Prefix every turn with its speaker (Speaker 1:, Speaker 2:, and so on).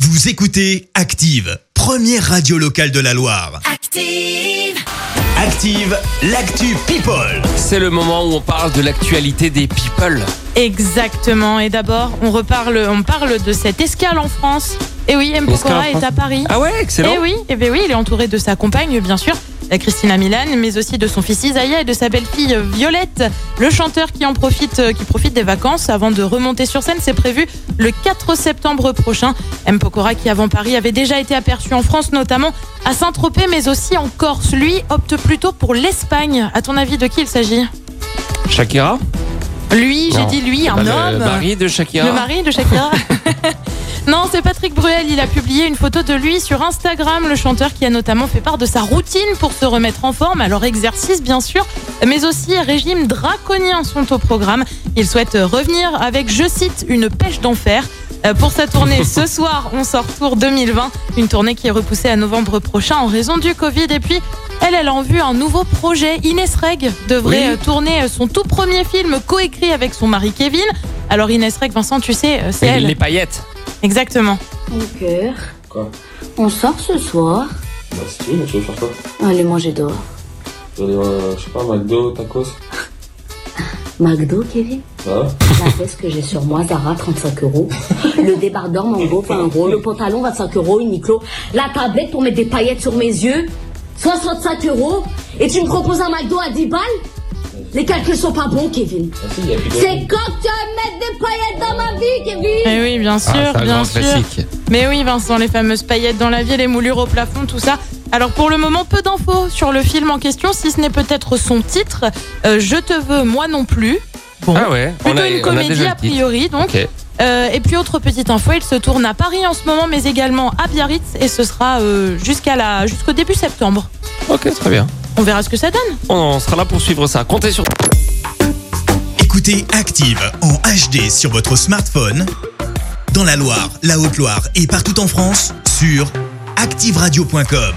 Speaker 1: Vous écoutez Active, première radio locale de la Loire.
Speaker 2: Active.
Speaker 1: Active, l'actu People.
Speaker 3: C'est le moment où on parle de l'actualité des people.
Speaker 4: Exactement. Et d'abord, on reparle, on parle de cette escale en France. Et oui, M.
Speaker 3: Escale en
Speaker 4: Pokora est
Speaker 3: France.
Speaker 4: à Paris.
Speaker 3: Ah ouais, excellent.
Speaker 4: Eh oui, eh ben oui, il est entouré de sa compagne, bien sûr, la Christina Milan, mais aussi de son fils Isaiah et de sa belle-fille euh, Violette. Le chanteur qui en profite, euh, qui profite des vacances avant de remonter sur scène, c'est prévu le 4 septembre prochain. M. Pokora, qui avant Paris avait déjà été aperçu en France, notamment à Saint-Tropez, mais aussi en Corse. Lui opte plutôt pour l'Espagne. À ton avis, de qui il s'agit
Speaker 3: Shakira
Speaker 4: Lui, j'ai
Speaker 3: Non,
Speaker 4: dit lui, un
Speaker 3: Bah,
Speaker 4: homme.
Speaker 3: Le mari de Shakira.
Speaker 4: Le mari de Shakira Non, c'est Patrick Bruel. Il a publié une photo de lui sur Instagram. Le chanteur qui a notamment fait part de sa routine pour se remettre en forme. Alors, exercice, bien sûr, mais aussi régime draconien sont au programme. Il souhaite euh, revenir avec, je cite, une pêche d'enfer. Euh, Pour sa tournée ce soir, on sort tour 2020, une tournée qui est repoussée à novembre prochain en raison du Covid. Et puis, elle, elle a en vue un nouveau projet. Inès Reg devrait
Speaker 3: Oui.
Speaker 4: euh, tourner son tout premier film coécrit avec son mari Kevin. Alors Inès Reg, Vincent, tu sais, euh, c'est
Speaker 3: Et
Speaker 4: elle.
Speaker 3: les paillettes.
Speaker 4: Exactement.
Speaker 2: Mon cœur.
Speaker 5: Quoi
Speaker 2: On sort ce soir.
Speaker 5: Bah c'est tout, mais tu veux faire quoi
Speaker 2: Allez manger dehors.
Speaker 5: Tu veux aller voir, euh, je sais pas, McDo, tacos
Speaker 2: McDo, Kevin.
Speaker 5: Bah ouais.
Speaker 2: La veste que j'ai sur moi, Zara, 35 euros. Le débardeur Mango, 20 euros. Le pantalon, 25 euros. Uniqlo. La tablette pour mettre des paillettes sur mes yeux, 65 euros. Et tu me proposes un McDo à 10 balles Les calculs sont pas bons, Kevin.
Speaker 5: Ah si, y a plus de...
Speaker 2: C'est quand tu vas mettre des paillettes dans ma vie, Kevin
Speaker 4: Eh oui,
Speaker 3: Ah,
Speaker 4: bien sûr, bien sûr. Mais oui, Vincent, les fameuses paillettes dans la vie, les moulures au plafond, tout ça. Alors pour le moment, peu d'infos sur le film en question, si ce n'est peut-être son titre, euh, Je te veux, moi non plus. Bon.
Speaker 3: Ah ouais, on
Speaker 4: Plutôt
Speaker 3: a,
Speaker 4: une
Speaker 3: on a
Speaker 4: comédie
Speaker 3: déjà
Speaker 4: a
Speaker 3: le titre.
Speaker 4: priori, donc.
Speaker 3: Ok.
Speaker 4: Euh, et puis autre petite info, il se tourne à Paris en ce moment, mais également à Biarritz, et ce sera euh, jusqu'à la jusqu'au début septembre.
Speaker 3: ok, très bien.
Speaker 4: On verra ce que ça donne.
Speaker 3: On sera là pour suivre ça. Comptez sur
Speaker 1: Écoutez Active en HD sur votre smartphone, dans la Loire, la Haute-Loire et partout en France, sur activeradio.com.